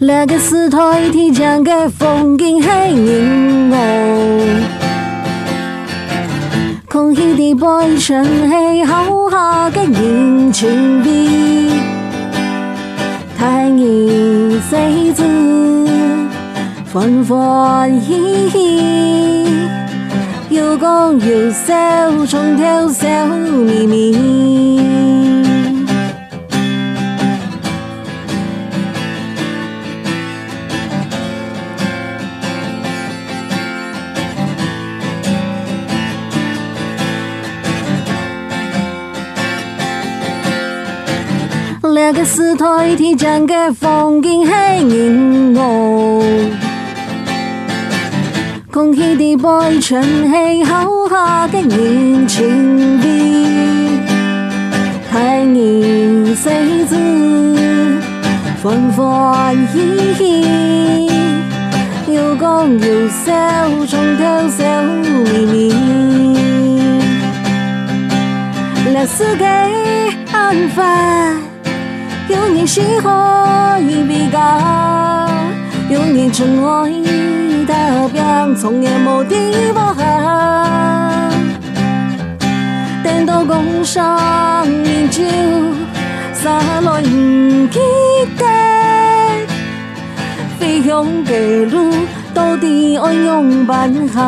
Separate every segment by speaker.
Speaker 1: 两个石头一天将个风景海云哦，空气的波声嘿好好个云群比，看你谁知欢欢喜喜，有讲有笑，从头笑眯眯。两个石头一天将个风景海云哦，空气的波尘嘿好好个云情比，海你谁知欢欢喜喜，有讲有笑，从头笑眯眯，让世界安放。有你喜欢比较，有你宠爱代表，从也无地方下。等到工商研究，三来唔记得，飞向的路到底爱用办下。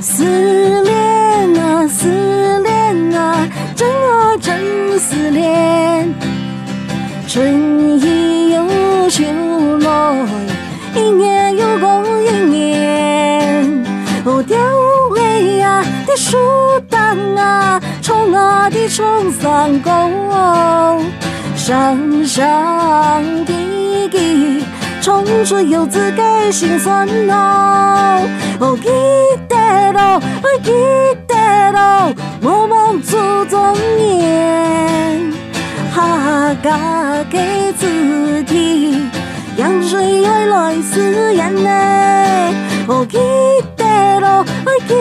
Speaker 1: 思念啊，思念啊，真啊真思念。春意又秋来，一年又过一年。哦，调味啊的书单啊，冲啊的冲上高哦，上上的记。冲出有自己心酸哦，哦，记得咯，哦，记得咯，我们祖宗年，哈嘎给自己，羊水爱来思人呢，哦，记得咯，哦，记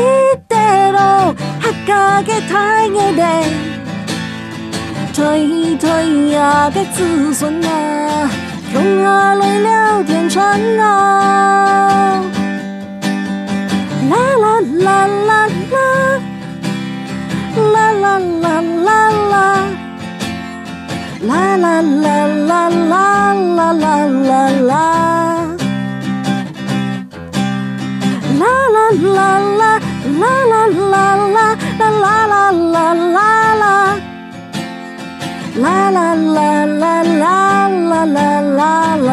Speaker 1: 得咯，哈嘎给太爱的，推推呀给子孙啊。用啊泪聊天传啊，啦啦啦啦啦，啦啦啦啦啦，啦啦啦啦啦啦啦啦啦，啦啦啦啦啦啦啦啦啦啦啦啦啦。啦啦啦啦啦啦啦啦啦。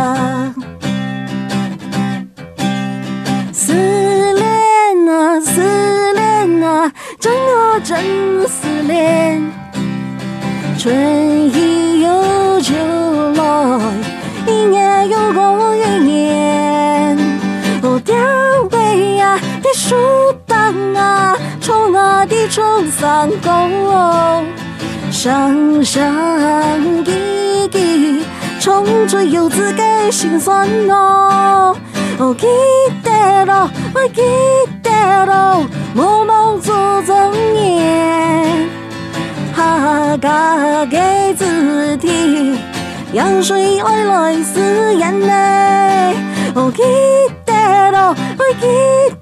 Speaker 1: 思念啊，思念啊，真啊真思念。春意又秋来，一年又过一年。哦，调味啊，的书单啊，冲啊的冲三公哦。上上记记，冲出有自己心酸哦。哦，记得咯，我记得咯，我们做中年，哈嘎给自己，羊水爱来思人呢。哦，记得咯，我记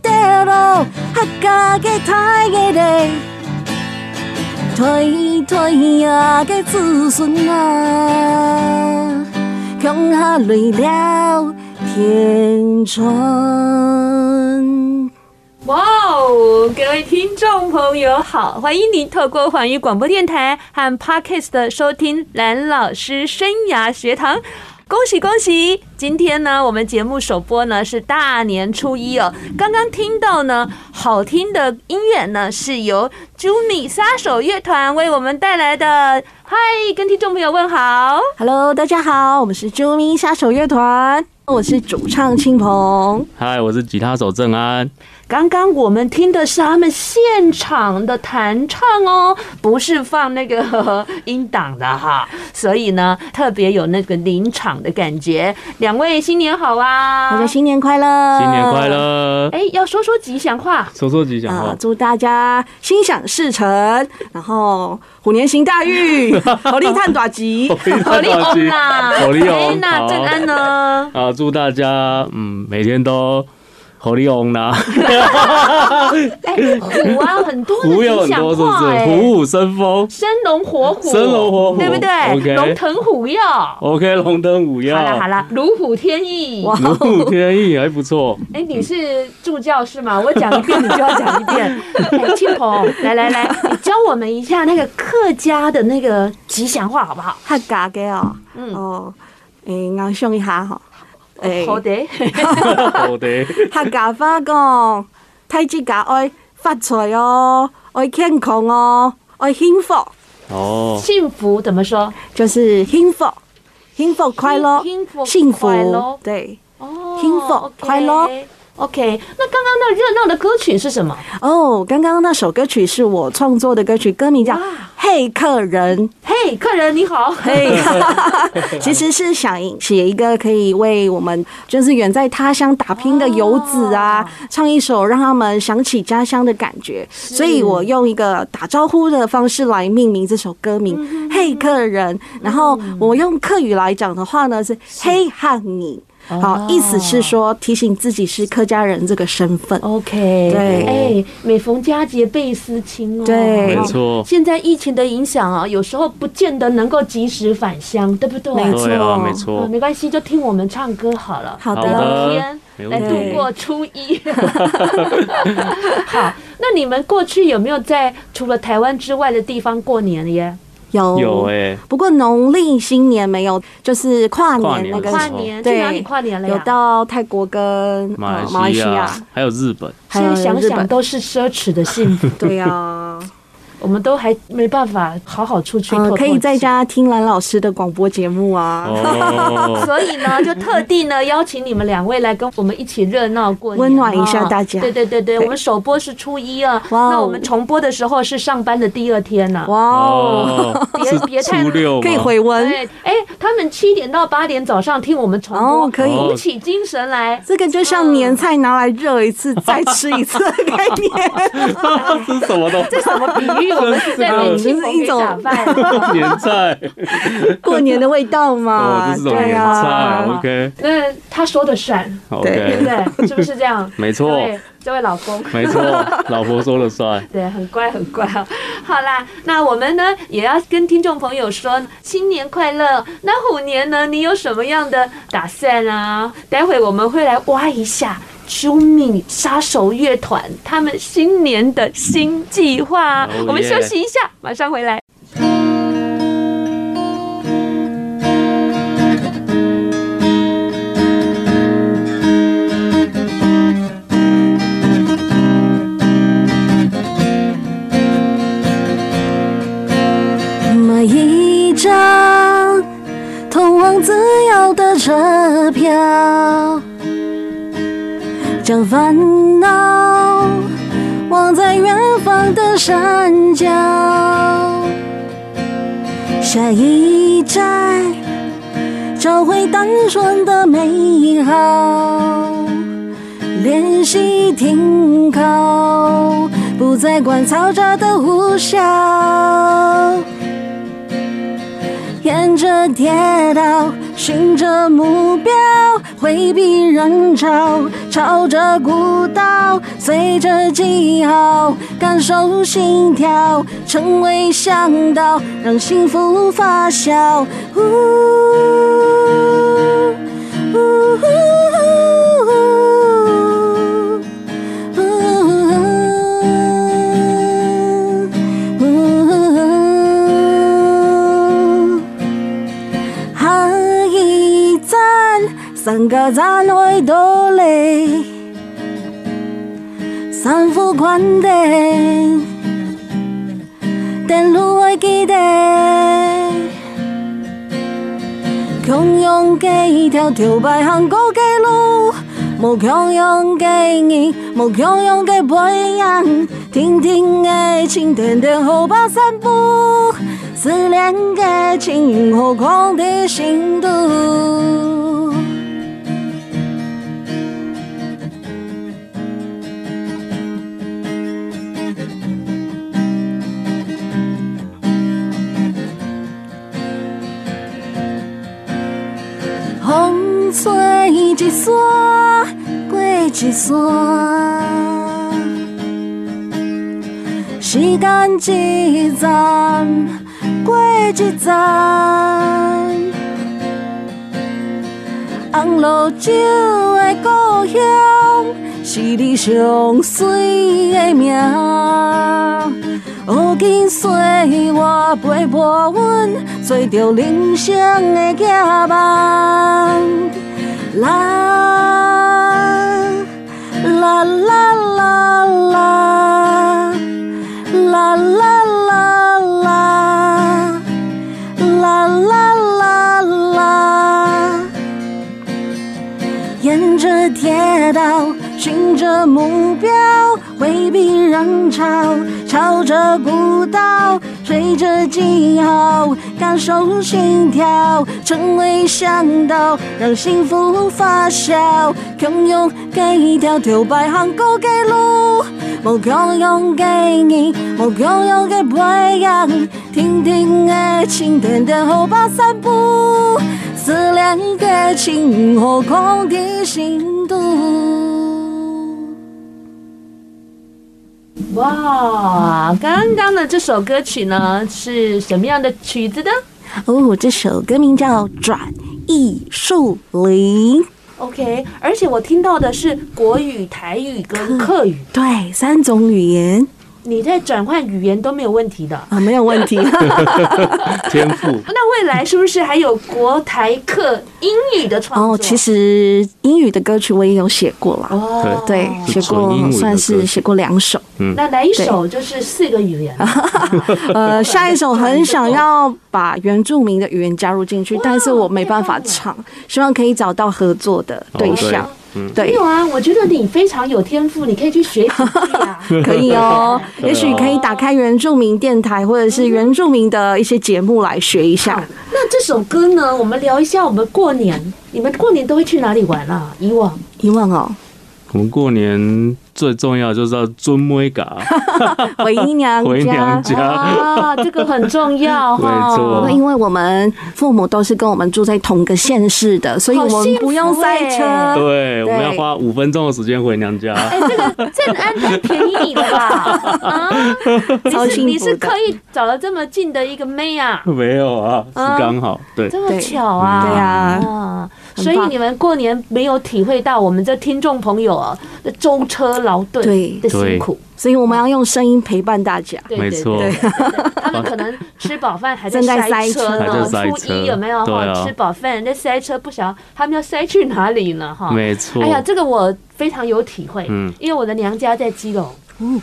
Speaker 1: 得咯，哈嘎给太给的。推推呀个子孙啊，向下泪了天窗。
Speaker 2: 哇哦，各位听众朋友好，欢迎您透过环宇广播电台和 Podcast 的收听蓝老师生涯学堂。恭喜恭喜！今天呢，我们节目首播呢是大年初一哦。刚刚听到呢，好听的音乐呢是由 Jumi 杀手乐团为我们带来的。嗨，跟听众朋友问好。
Speaker 1: Hello，大家好，我们是啾咪杀手乐团，我是主唱青鹏。
Speaker 3: 嗨，我是吉他手郑安。
Speaker 2: 刚刚我们听的是他们现场的弹唱哦，不是放那个 呵呵音档的哈，所以呢，特别有那个临场的感觉。两位新年好啊！
Speaker 1: 大家新年快乐！
Speaker 3: 新年快！乐！
Speaker 2: 哎，要说说吉祥话。
Speaker 3: 说说吉祥
Speaker 1: 啊
Speaker 3: 话，，
Speaker 1: 祝大家心想事成，然后虎年行大 运，猴力探短吉。
Speaker 3: 哦
Speaker 2: 好利翁啦，
Speaker 3: 好利翁，啊
Speaker 2: 那
Speaker 3: 好
Speaker 2: 正安呢？
Speaker 3: 啊，祝大家嗯每天都好利翁啦，
Speaker 2: 哎，虎啊，很多
Speaker 3: 虎有
Speaker 2: 的
Speaker 3: 很
Speaker 2: 吉祥
Speaker 3: 多是不
Speaker 2: 话
Speaker 3: 是？
Speaker 2: 哎，
Speaker 3: 虎虎生风。
Speaker 2: 生龙活虎，
Speaker 3: 生龙活虎
Speaker 2: 对不对？
Speaker 3: OK
Speaker 2: 龙腾虎跃。好
Speaker 3: OK，龙灯舞耀，
Speaker 2: 了好了，如虎添翼。
Speaker 1: 哇
Speaker 3: 如虎添翼，还不错。
Speaker 2: 哎，你是助教是吗？我讲一遍，你就要讲一遍。哎，庆鹏，来来来，你教我们一下那个客家的那个吉祥话好不好？
Speaker 1: 客家嘅哦，
Speaker 2: 嗯哦
Speaker 1: 哦，诶，我想一下吼，诶，
Speaker 2: 好的，
Speaker 3: 好的，
Speaker 1: 客家话讲，太子家爱发财哦，爱健康哦，爱幸福，
Speaker 3: 哦，
Speaker 2: 幸福怎么说？
Speaker 1: 就是幸福，幸福快乐，
Speaker 2: 幸福
Speaker 1: 幸
Speaker 2: 快乐
Speaker 1: 福，对。
Speaker 2: 哦
Speaker 1: 幸福
Speaker 2: OK
Speaker 1: 快乐。
Speaker 2: OK，那刚刚那热闹的歌曲是什么？
Speaker 1: 哦，刚刚那首歌曲是我创作的歌曲，歌名叫
Speaker 2: 哇
Speaker 1: 《嘿客人
Speaker 2: 嘿，客人你好，》，
Speaker 1: 其实是想写一个可以为我们就是远在他乡打拼的游子啊，唱一首让他们想起家乡的感觉。所以我用一个打招呼的方式来命名这首歌名《嘿客人》，然后我用客语来讲的话呢是“嘿汉你”，好，意思是说提醒自己是客家人这个身份。
Speaker 2: OK，
Speaker 1: 对
Speaker 2: 哎，每逢佳节倍思亲哦。
Speaker 1: 对
Speaker 3: 哦没错，
Speaker 2: 现在疫情的影响啊，有时候不见得能够及时返乡，对不对？
Speaker 1: 没错
Speaker 3: 对啊，没
Speaker 2: 哦
Speaker 3: 错，
Speaker 2: 没关系，就听我们唱歌好了。
Speaker 1: 好
Speaker 3: 好
Speaker 1: 的
Speaker 3: 的。
Speaker 2: 聊天
Speaker 3: 没
Speaker 2: 来
Speaker 3: 问
Speaker 2: 度
Speaker 3: 题。
Speaker 2: 过初 一。好，那你们过去有没有在除了台湾之外的地方过年耶？
Speaker 1: 有
Speaker 3: 有哎，
Speaker 1: 不过农历新年没有，就是跨
Speaker 3: 跨
Speaker 1: 年
Speaker 3: 年
Speaker 1: 那个
Speaker 3: 的
Speaker 2: 跨
Speaker 3: 时候
Speaker 2: 年去
Speaker 1: 对
Speaker 2: 哪里跨年了呀？
Speaker 1: 有到泰国跟呃
Speaker 3: 马
Speaker 1: 马来
Speaker 3: 来
Speaker 1: 西
Speaker 3: 西亚
Speaker 1: 亚，
Speaker 3: 还有日本，
Speaker 1: 还
Speaker 2: 现
Speaker 1: 有
Speaker 2: 在想
Speaker 1: 日
Speaker 2: 想
Speaker 1: 本，
Speaker 2: 都是奢侈的 幸福，
Speaker 1: 对呀、 啊，
Speaker 2: 我们都还没办法好好出去透
Speaker 1: 呃
Speaker 2: 透
Speaker 1: 可以在
Speaker 2: 气。
Speaker 1: 家听蓝老师的广播节目啊，
Speaker 3: 哦，
Speaker 2: 所以呢，就特地呢邀请你们两位来跟我们一起热闹过年，
Speaker 1: 温暖一下
Speaker 2: 哦
Speaker 1: 大家
Speaker 2: 对对对对，
Speaker 1: 对
Speaker 2: 我们首播是初一啊，
Speaker 1: 哇哦
Speaker 2: 那我们重播的时候是上班的第二天啊呢、
Speaker 1: 哇哦，
Speaker 3: 哦，
Speaker 2: 别别太
Speaker 3: 初六吗
Speaker 1: 可以回温
Speaker 2: 对，哎，他们七点到八点早上听我们重播，
Speaker 1: 哦，可以。
Speaker 3: 哦
Speaker 2: 鼓起精神来。
Speaker 1: 这个就像年菜拿来热一次，再吃一次的概念。
Speaker 3: 这是什么东西？
Speaker 2: 这什么比喻？我们是在被清风给打败了。
Speaker 3: 年 菜
Speaker 1: 过年的味道
Speaker 2: 啊
Speaker 3: 哦，
Speaker 1: 嘛，
Speaker 3: 这是种
Speaker 1: 对
Speaker 3: 年菜
Speaker 1: 啊，
Speaker 3: ，OK
Speaker 2: 那他说的算，对不
Speaker 3: OK，
Speaker 2: 对？是不是这样？
Speaker 3: 没
Speaker 2: 这
Speaker 3: 错，
Speaker 2: 位这位老公。
Speaker 3: 没错，老婆说了算。
Speaker 2: 对，很乖很乖啊。好啦，那我们呢也要跟听众朋友说新年快乐。那虎年呢，你有什么样的打算啊？待会我们会来挖一下。救命！杀手乐团他们新年的新计划
Speaker 3: Oh
Speaker 2: 我们
Speaker 3: yeah
Speaker 2: 休息一下，马上回来。
Speaker 1: 买一张通往自由的车票，将烦恼忘在远方的山脚。下一站，找回单纯的美好。练习停靠，不再管嘈杂的呼啸。沿着铁道，寻着目标，回避人潮，朝着古道，随着记号，感受心跳，成为向导，让幸福发酵。呜呜呜呜呜呜，下一三个咱来多嘞，三副款的，登录爱记得，强用嘅一条条白行过嘅路，无强用嘅你，无强用嘅背影，听听嘅情，点点好吧散步，思念嘅情，何况的心度。风吹一山，过一山，时间一站，过一站。红泸州的故乡，是你上水的名。乌金岁月陪伴阮，做着人生的寄望。啦啦啦啦啦，啦啦啦啦，啦啦啦啦。沿着铁道，寻着目标，回避人潮，朝着古道，随着记号，感受心跳，成为向导，让幸福发酵。共用给一条条白行过给路，无共用给你，无共用给培养，听听爱情，点点后吧散步。思念的情，何况的心度。
Speaker 2: 哇，刚刚的这首歌曲呢是什么样的曲子呢
Speaker 1: 哦，这首歌名叫《转艺树林》，
Speaker 2: ？OK，而且我听到的是国语、台语跟客语，
Speaker 1: 对，三种语言
Speaker 2: 你在转换语言都没有问题的。
Speaker 1: 啊，没有问题。
Speaker 3: 天赋
Speaker 2: 那未来是不是还有国台客英语的创作？
Speaker 1: 哦，其实英语的歌曲我也有写过啦，
Speaker 2: 哦，
Speaker 3: 对
Speaker 1: 对，写
Speaker 3: 是纯英文
Speaker 1: 过
Speaker 3: 的
Speaker 1: 算
Speaker 3: 歌
Speaker 1: 是
Speaker 3: 曲
Speaker 1: 写过两首。
Speaker 2: 那来一首就是四个语言，
Speaker 1: 呃，下一首很想要把原住民的语言加入进去，但是我没办法唱，希望可以找到合作的对
Speaker 3: 哦对
Speaker 1: 象。
Speaker 3: 嗯
Speaker 1: 对
Speaker 2: 没有啊，我觉得你非常有天赋，你可以去学几句 啊。
Speaker 1: 可以 哦，也许可以打开原住民电台或者是原住民的一些节目来学一下
Speaker 2: 好。那这首歌呢，我们聊一下我们过年，你们过年都会去哪里玩啊？以往
Speaker 1: 以往哦，
Speaker 3: 我们过年最重要就是要尊 妹嘎，
Speaker 1: 回娘
Speaker 3: 回娘
Speaker 1: 家。
Speaker 3: 家
Speaker 2: 啊，这个很重 要
Speaker 3: 没
Speaker 1: 不
Speaker 3: 错
Speaker 1: 过
Speaker 2: 哈。
Speaker 1: 因为我们父母都是跟我们住在同个县市的，所以我们不用塞
Speaker 2: 好
Speaker 1: 车。
Speaker 3: 对，我们要花五分钟的时间回娘家。
Speaker 2: 哎，这个正安太便宜你了 吧？啊，
Speaker 1: 超
Speaker 2: 你是
Speaker 1: 幸
Speaker 2: 你
Speaker 1: 福的
Speaker 2: 是刻意找了这么近的一个妹啊，
Speaker 3: 没有啊，是
Speaker 2: 啊
Speaker 3: 刚好对，
Speaker 2: 这么巧啊？
Speaker 1: 对啊
Speaker 2: 啊，
Speaker 1: 很
Speaker 2: 所以
Speaker 1: 棒
Speaker 2: 你们过年没有体会到我们这听众朋友啊的舟车劳顿
Speaker 1: 对
Speaker 2: 的辛苦，
Speaker 1: 所以我们要用声音陪伴大家。
Speaker 2: 对
Speaker 3: 没
Speaker 2: 对
Speaker 3: 错
Speaker 2: 对对对他 们可能吃饱饭还在
Speaker 1: 正在
Speaker 2: 塞
Speaker 1: 塞
Speaker 2: 车
Speaker 1: 车
Speaker 2: 呢，
Speaker 3: 还在塞
Speaker 2: 初
Speaker 3: 车
Speaker 2: 一有没有
Speaker 3: 对
Speaker 2: 哈？
Speaker 3: 啊
Speaker 2: 吃饱饭在塞车，不晓得他们要塞去哪里呢哈？
Speaker 3: 没错
Speaker 2: 哎。呀，这个我非常有体会，
Speaker 3: 哦嗯
Speaker 2: 因为我的娘家在基隆，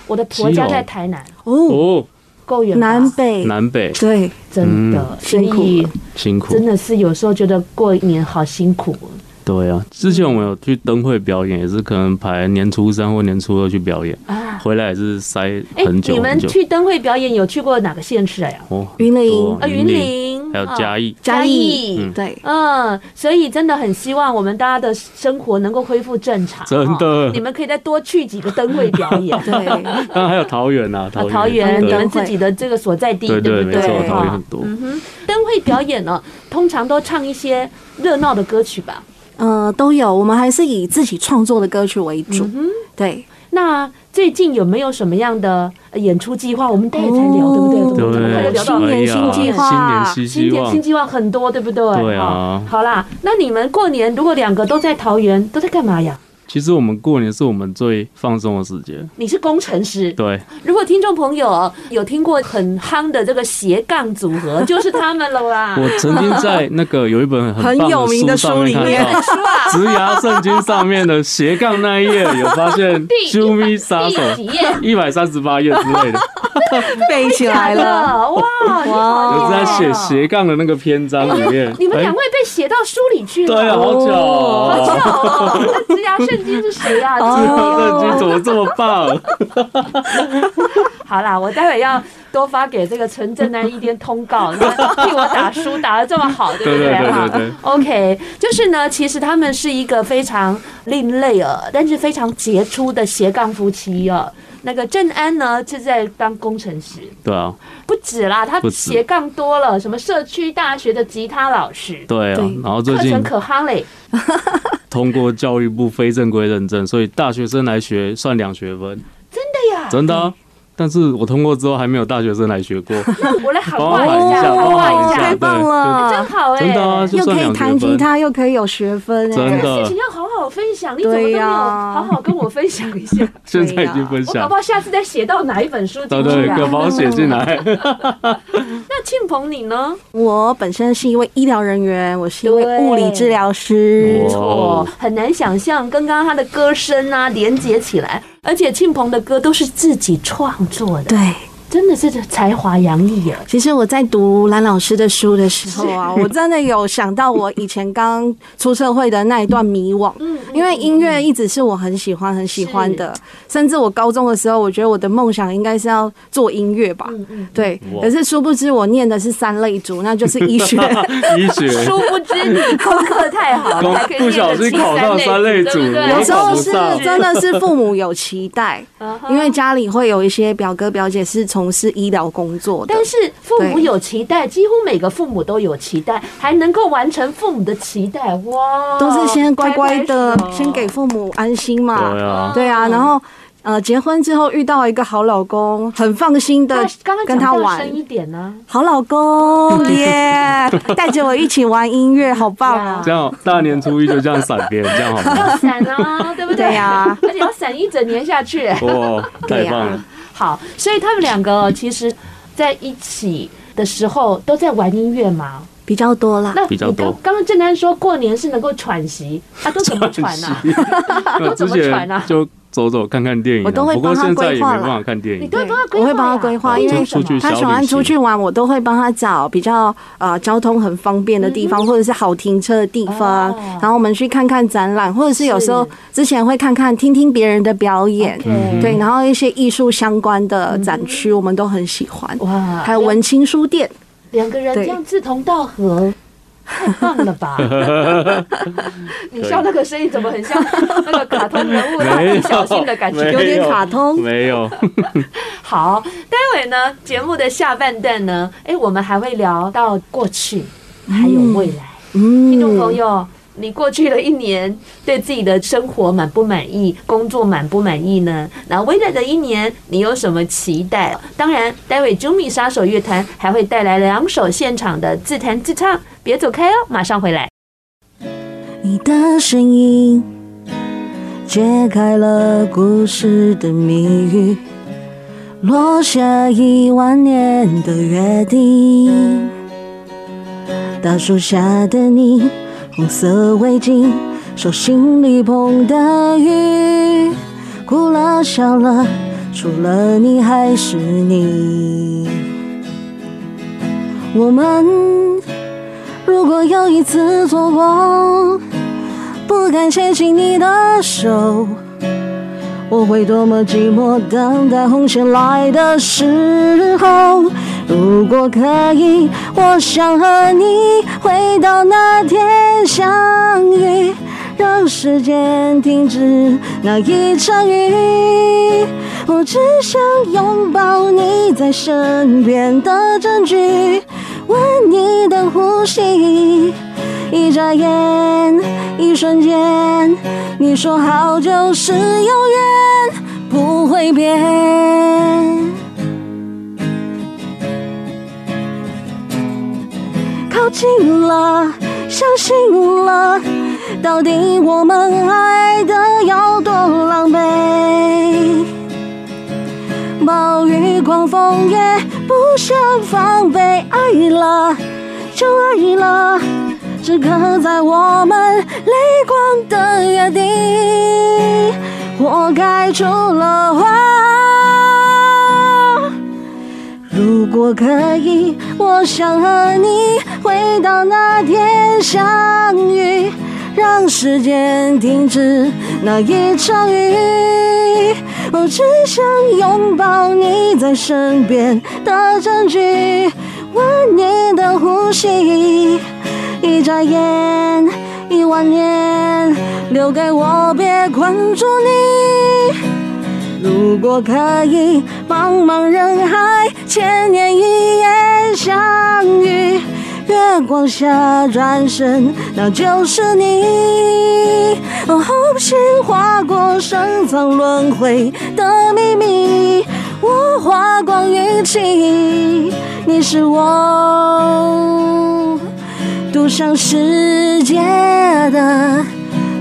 Speaker 2: 我的婆
Speaker 3: 基
Speaker 2: 家
Speaker 3: 隆
Speaker 2: 在台南，
Speaker 1: 哦，
Speaker 3: 哦，
Speaker 2: 够远吧
Speaker 1: 南北
Speaker 3: 南北
Speaker 1: 对，
Speaker 2: 真的，所
Speaker 1: 辛苦
Speaker 2: 以
Speaker 1: 了
Speaker 3: 嗯辛苦
Speaker 2: 真，的是有时候觉得过年好辛苦哦。
Speaker 3: 对啊。之前我们有去灯会表演，也是可能排年初三或年初二去表演，
Speaker 2: 啊
Speaker 3: 回来也是塞
Speaker 2: 哎，
Speaker 3: 很久
Speaker 2: 你
Speaker 3: 很
Speaker 2: 们
Speaker 3: 久。
Speaker 2: 去灯会表演有去过哪个县市呀？
Speaker 3: 哦，
Speaker 1: 云林
Speaker 3: 多
Speaker 2: 啊，云，林，
Speaker 3: 还有
Speaker 2: 啊
Speaker 3: 嘉义，
Speaker 1: 嘉
Speaker 2: 义
Speaker 1: 义
Speaker 3: 嗯
Speaker 1: 对。
Speaker 2: 嗯，所以真的很希望我们大家的生活能够恢复正常。
Speaker 3: 真的
Speaker 2: 哦你们可以再多去几个灯会表 演。
Speaker 1: 对，
Speaker 3: 当然还有桃园啊，
Speaker 2: 啊，
Speaker 3: 园，
Speaker 2: 桃园，
Speaker 1: 对
Speaker 2: 你们自己的这个所在地，
Speaker 3: 对对，
Speaker 2: 不
Speaker 3: 没错，
Speaker 2: 对？
Speaker 3: 桃
Speaker 2: 哈
Speaker 3: 园很多，
Speaker 2: 嗯哼，灯会表演呢，通常都唱一些热闹的歌曲吧。
Speaker 1: 呃，都有，我们还是以自己创作的歌曲为主。对，
Speaker 2: 那最近有没有什么样的呃演出计划？我们待会才聊，
Speaker 1: 哦
Speaker 2: 对不对？
Speaker 3: 对
Speaker 2: 我们快就聊到
Speaker 1: 新
Speaker 3: 哎
Speaker 1: 年
Speaker 3: 呀
Speaker 1: 新计划
Speaker 3: 新年新
Speaker 2: 新
Speaker 3: 希
Speaker 2: 年
Speaker 3: 望
Speaker 2: 新，计划很多，对不对？
Speaker 3: 对啊
Speaker 2: 哦好啦，那你们过年如果两个都在桃园，都在干嘛呀？
Speaker 3: 其实我们过年是我们最放松的时间。
Speaker 2: 你是工程师，
Speaker 3: 对，
Speaker 2: 如果听众朋友有听过很夯的这个斜杠组合，就是他们了啦。
Speaker 3: 我曾经在那个有一本很
Speaker 1: 很
Speaker 3: 棒
Speaker 1: 有名的
Speaker 3: 书
Speaker 1: 书
Speaker 3: 上
Speaker 1: 里
Speaker 3: 面
Speaker 1: 面
Speaker 3: 看到，《职涯圣经》上面的斜杠那一页有发现啾咪杀手
Speaker 2: 第几页
Speaker 3: 一百三十八页之类的，
Speaker 1: 背起来了。
Speaker 2: 哇哇！你好厉
Speaker 3: 就是
Speaker 2: 害
Speaker 3: 在
Speaker 2: 哦
Speaker 3: 写斜杠的那个篇章里面。
Speaker 2: 你们
Speaker 3: 哎
Speaker 2: 两位被写到书里去了。
Speaker 3: 对啊，好巧
Speaker 2: 好
Speaker 3: 哦！
Speaker 2: 巧哦！那职涯圣经是谁啊？
Speaker 1: 哦
Speaker 3: 这个 圣经怎么这么棒？
Speaker 2: 好啦，我待会要多发给这个陈正南一点通告，那替我打书打得这么好，对不
Speaker 3: 对对对
Speaker 2: 哈
Speaker 3: 对对
Speaker 2: OK，就是呢，其实他们是一个非常另类呃，但是非常杰出的斜杠夫妻哦。那个郑安呢是在当工程师，
Speaker 3: 对啊，
Speaker 2: 不止啦，他
Speaker 3: 不止
Speaker 2: 斜杠多了，什么社区大学的吉他老师，
Speaker 3: 对啊
Speaker 1: 对。
Speaker 3: 然后最
Speaker 2: 课程
Speaker 3: 近
Speaker 2: 可夯嘞。
Speaker 3: 通过教育部非正规认证，所以大学生来学算两学分。真的
Speaker 2: 呀
Speaker 3: 真的啊、但是我通过之后还没有大学生来学过，
Speaker 2: 我来喊
Speaker 3: 帮我
Speaker 2: 话
Speaker 3: 喊
Speaker 2: 一下，
Speaker 3: 下，帮
Speaker 2: 喊
Speaker 3: 我
Speaker 2: 话
Speaker 3: 喊
Speaker 2: 一
Speaker 3: 一
Speaker 2: 下
Speaker 3: 下，
Speaker 1: 太，棒
Speaker 3: 对，
Speaker 1: 了
Speaker 2: 真好哎、
Speaker 3: 真的啊，就
Speaker 1: 又
Speaker 3: 算
Speaker 1: 可以
Speaker 3: 两
Speaker 1: 弹
Speaker 3: 学
Speaker 1: 吉
Speaker 3: 分，
Speaker 1: 他，又可以有学分、
Speaker 3: 真
Speaker 1: 哎，
Speaker 3: 的
Speaker 2: 事情要好好分享，你怎么都没
Speaker 1: 对
Speaker 2: 有
Speaker 1: 呀
Speaker 2: 好好跟我分享一 下？
Speaker 3: 现在已经分
Speaker 2: 我搞
Speaker 3: 享
Speaker 2: 不，好下次再写到哪一本书
Speaker 3: 啊对
Speaker 2: 进去，
Speaker 3: 对可
Speaker 2: 啊？
Speaker 3: 帮我写进来，
Speaker 2: 那庆鹏你呢？
Speaker 1: 我本身是一位医疗人员，我是一位
Speaker 2: 对
Speaker 1: 物理治疗师
Speaker 3: 哇，
Speaker 2: 错，很难想象跟刚刚他的歌声啊连接起来，而且庆鹏的歌都是自己创作的，
Speaker 1: 对。
Speaker 2: 真的是才华洋溢啊耶。
Speaker 1: 其实我在读蓝老师的书的时候啊，我真的有想到我以前刚出社会的那一段迷惘。
Speaker 2: 嗯，
Speaker 1: 因为音乐一直是我很喜欢、很喜欢的，甚至我高中的时候，我觉得我的梦想应该是要做音乐吧。
Speaker 2: 嗯嗯
Speaker 1: 对，
Speaker 3: 哇
Speaker 1: 可是殊不知我念的是三类组，那就是医学。
Speaker 3: 医学
Speaker 2: 殊不知你功课太好了，
Speaker 3: 功
Speaker 2: 才可以
Speaker 3: 不小心考到三类组
Speaker 2: 对不对？
Speaker 3: 我
Speaker 1: 有时候
Speaker 3: 考不
Speaker 1: 是
Speaker 3: 上
Speaker 1: 真的是父母有期 待，
Speaker 2: 啊哈
Speaker 1: 因为家里会有一些表哥表姐是从事医疗工作的
Speaker 2: 但。是父母
Speaker 1: 对
Speaker 2: 有期待，几乎每个父母都有期待，还能够完成父母的期待，哇！
Speaker 1: 都是
Speaker 2: 哦
Speaker 1: 先乖乖的
Speaker 2: 拍拍，手
Speaker 1: 先给父母安心嘛。
Speaker 2: 哦
Speaker 3: 对啊，
Speaker 1: 对啊，然后呃，结婚之后遇到一个好老公，很放心的
Speaker 2: 那刚刚
Speaker 1: 呃跟
Speaker 2: 讲
Speaker 1: 他
Speaker 2: 大
Speaker 1: 玩
Speaker 2: 声。一点 呢、
Speaker 1: 好老 公耶，带着我一起玩音乐，好棒啊！
Speaker 3: 这样大年初一就这样闪边，这样 好吗？
Speaker 2: 要闪啊，对不对？
Speaker 1: 对呀
Speaker 2: 而且要闪一整年下去。
Speaker 3: 哇，太棒
Speaker 1: 对
Speaker 3: 了
Speaker 1: 啊！
Speaker 2: 好，所以他们两个其实在一起的时候都在玩音乐嘛。
Speaker 1: 比较多啦，
Speaker 2: 那你
Speaker 3: 比较多
Speaker 2: 刚刚刚正南说过年是能够喘息，他、啊、都怎么喘呢、啊？
Speaker 3: 那
Speaker 2: 怎
Speaker 3: 之
Speaker 2: 么传啊
Speaker 3: 前就走走看看电影啊，
Speaker 1: 我都会
Speaker 3: 不过
Speaker 1: 帮他
Speaker 3: 现在
Speaker 1: 规
Speaker 3: 也没
Speaker 1: 划啦
Speaker 3: 办法看电
Speaker 2: 你
Speaker 3: 影
Speaker 2: 都，会帮他规划、
Speaker 1: 我会帮他规划
Speaker 2: 对
Speaker 1: 因为
Speaker 2: 什么
Speaker 3: 出去
Speaker 1: 他喜欢出去玩，我都会帮他找比较呃交通很方便的地方，或者是好停车的地方
Speaker 2: 哦，
Speaker 1: 然后我们去看看展览，或者是有时候
Speaker 2: 是
Speaker 1: 之前会看看听听别人的表演，
Speaker 2: OK
Speaker 1: 对，然后一些艺术相关的展区我们都很喜欢，
Speaker 2: 哇，
Speaker 1: 还有文青书店，
Speaker 2: 两个人这
Speaker 1: 对
Speaker 2: 样志同道合，太棒了 吧！你笑那个声音怎么很 像那个卡通人物蜡
Speaker 3: 没
Speaker 2: 笔
Speaker 3: 有
Speaker 2: 小新的感
Speaker 3: 没
Speaker 2: 觉？
Speaker 1: 有点卡通，
Speaker 3: 没有，
Speaker 2: 好，待会呢节目的下半段呢，哎，我们还会聊到过去，还有未来。
Speaker 1: 嗯
Speaker 2: 听众朋友，你过去的一年对自己的生活满不满意，工作满不满意呢？那未来的一年，你有什么期待？当然，待会 Jumi 杀手乐团还会带来两首现场的自弹自唱，别走开哦，马上回来。
Speaker 1: 你的声音揭开了故事的谜语，落下一万年的约定。大树下的你，红色围巾，手心里捧的雨，哭了笑了，除了你还是你。我们如果又一次错过，不敢牵起你的手，我会多么寂寞。等待红线来的时候，如果可以，我想和你回到那天相遇，让时间停止那一场雨。我只想拥抱你在身边的证据。闻你的呼吸，一眨眼，一瞬间，你说好就是永远不会变。靠近了，相信了，到底我们爱的有多狼狈？暴雨狂风也不想防备，爱了就爱了，这刻在我们泪光的约定，活该出了花。如果可以，我想和你回到那天相遇，让时间停止那一场雨。我只想拥抱你在身边的证据，吻你的呼吸。一眨眼，一万年，留给我，别困住你。如果可以，茫茫人海，千年一夜相遇，月光下转身，那就是 Oh，你。红线划过深藏轮回的秘密，我花光运气，你是我赌上世界的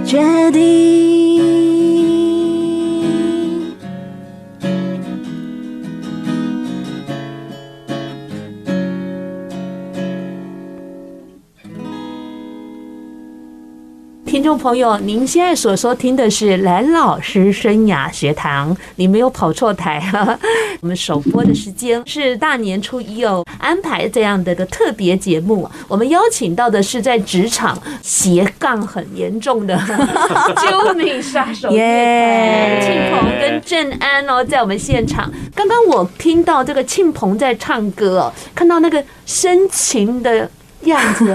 Speaker 1: 决定。
Speaker 2: 听众朋友，您现在所收听的是蓝老师生涯学堂，你没有跑错台哈。我们首播的时间是大年初一哦，安排这样的一个特别节目。我们邀请到的是在职场斜杠很严重的救命杀手乐
Speaker 1: 耶
Speaker 2: 团庆鹏跟郑安哦，在我们现场。刚刚我听到这个庆鹏在唱歌哦，看到那个深情的。样子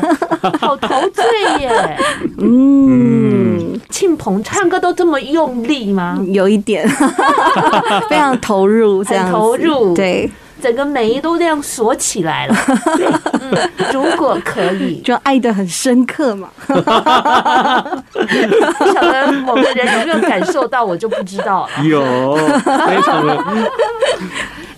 Speaker 2: 好陶醉耶！
Speaker 1: 嗯，
Speaker 2: 庆鹏唱歌都这么用力吗？
Speaker 1: 有一点， 非常投入，这样子
Speaker 2: 很投入
Speaker 1: 对，
Speaker 2: 整个眉都这样锁起 来了。对嗯，如果可以，
Speaker 1: 就爱得很深刻嘛。
Speaker 2: 不晓得某个人有没有感受到，我就不知道了。
Speaker 3: 嗯有，非常的